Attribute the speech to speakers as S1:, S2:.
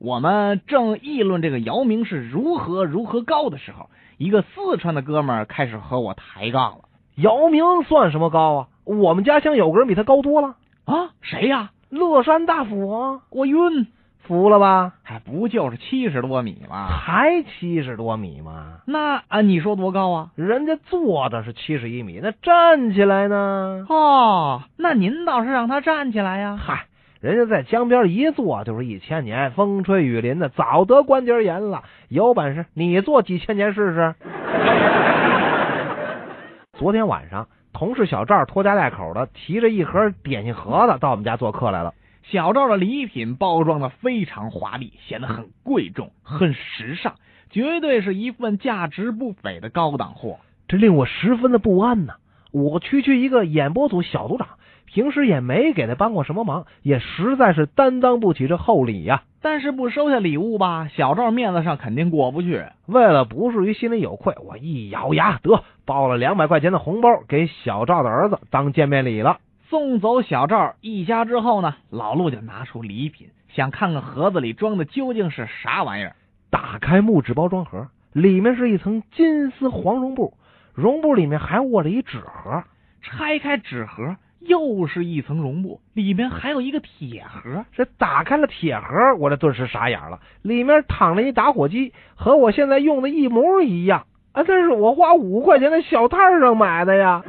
S1: 我们正议论这个姚明是如何如何高的时候，一个四川的哥们儿开始和我抬杠了
S2: 姚明算什么高啊？我们家乡有个人比他高多了，
S1: 啊，谁呀、
S2: 乐山大斧啊，
S1: 我晕，
S2: 服了吧？
S1: 还不就是七十多米吗？
S2: 才七十多米嘛，
S1: 那啊，你说多高啊？
S2: 人家坐的是七十一米，那站起来呢？
S1: 哦，那您倒是让他站起来呀！
S2: 嗨，人家在江边一坐就是一千年，风吹雨淋的，早得关节炎了。有本事你坐几千年试试。 昨天晚上，同事小赵拖家带口的，提着一盒点心盒子到我们家做客来了。
S1: 小赵的礼品包装的非常华丽，显得很贵重、很时尚，绝对是一份价值不菲的高档货。
S2: 这令我十分的不安呐、我区区一个演播组小组长，平时也没给他帮过什么忙，也实在是担当不起这厚礼呀、
S1: 但是不收下礼物吧，小赵面子上肯定过不去。
S2: 为了不至于心里有愧，我一咬牙，得包了两百块钱的红包给小赵的儿子当见面礼了。
S1: 送走小赵一家之后呢，老陆就拿出礼品，想看看盒子里装的究竟是啥玩意儿。
S2: 打开木质包装盒，里面是一层金丝黄绒布，绒布里面还握着一纸盒。
S1: 拆开纸盒，又是一层绒布，里面还有一个铁盒。
S2: 这打开了铁盒，我这顿时傻眼了，里面躺着一打火机，和我现在用的一模一样啊！这是我花五块钱的小摊儿上买的呀。